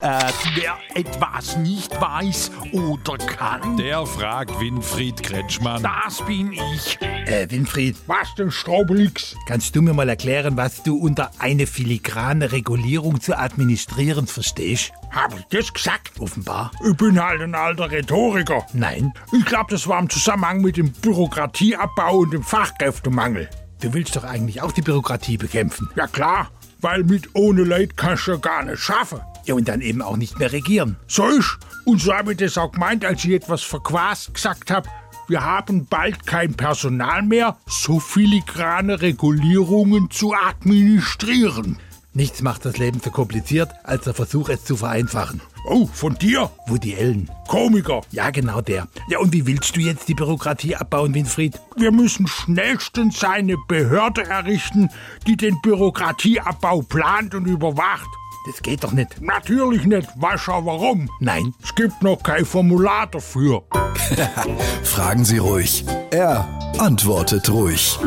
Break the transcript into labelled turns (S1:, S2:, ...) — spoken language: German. S1: Äh, wer etwas nicht weiß oder kann,
S2: Der fragt Winfried Kretschmann.
S1: das bin ich.
S3: Äh, Winfried,
S1: Was denn, Straubelix?
S3: kannst du mir mal erklären, was du unter eine filigrane Regulierung zu administrieren verstehst?
S1: Hab ich das gesagt?
S3: Offenbar.
S1: Ich bin halt ein alter Rhetoriker.
S3: Nein.
S1: Ich glaube, das war im Zusammenhang mit dem Bürokratieabbau und dem Fachkräftemangel.
S3: Du willst doch eigentlich auch die Bürokratie bekämpfen.
S1: Ja klar, weil mit ohne Leid kannst du ja gar nicht schaffen.
S3: Ja, und dann eben auch nicht mehr regieren.
S1: So ist. Und so habe ich das auch gemeint, als ich etwas verquast gesagt habe. Wir haben bald kein Personal mehr, so filigrane Regulierungen zu administrieren.
S3: Nichts macht das Leben so kompliziert, als der Versuch, es zu vereinfachen.
S1: Oh, von dir?
S3: Woody Allen.
S1: Komiker.
S3: Ja, genau der. Ja, und wie willst du jetzt die Bürokratie abbauen, Winfried?
S1: Wir müssen schnellstens eine Behörde errichten, die den Bürokratieabbau plant und überwacht.
S3: Das geht doch nicht.
S1: Natürlich nicht, weißt du warum?
S3: Nein.
S1: Es gibt noch kein Formular dafür.
S4: Fragen Sie ruhig. Er antwortet ruhig.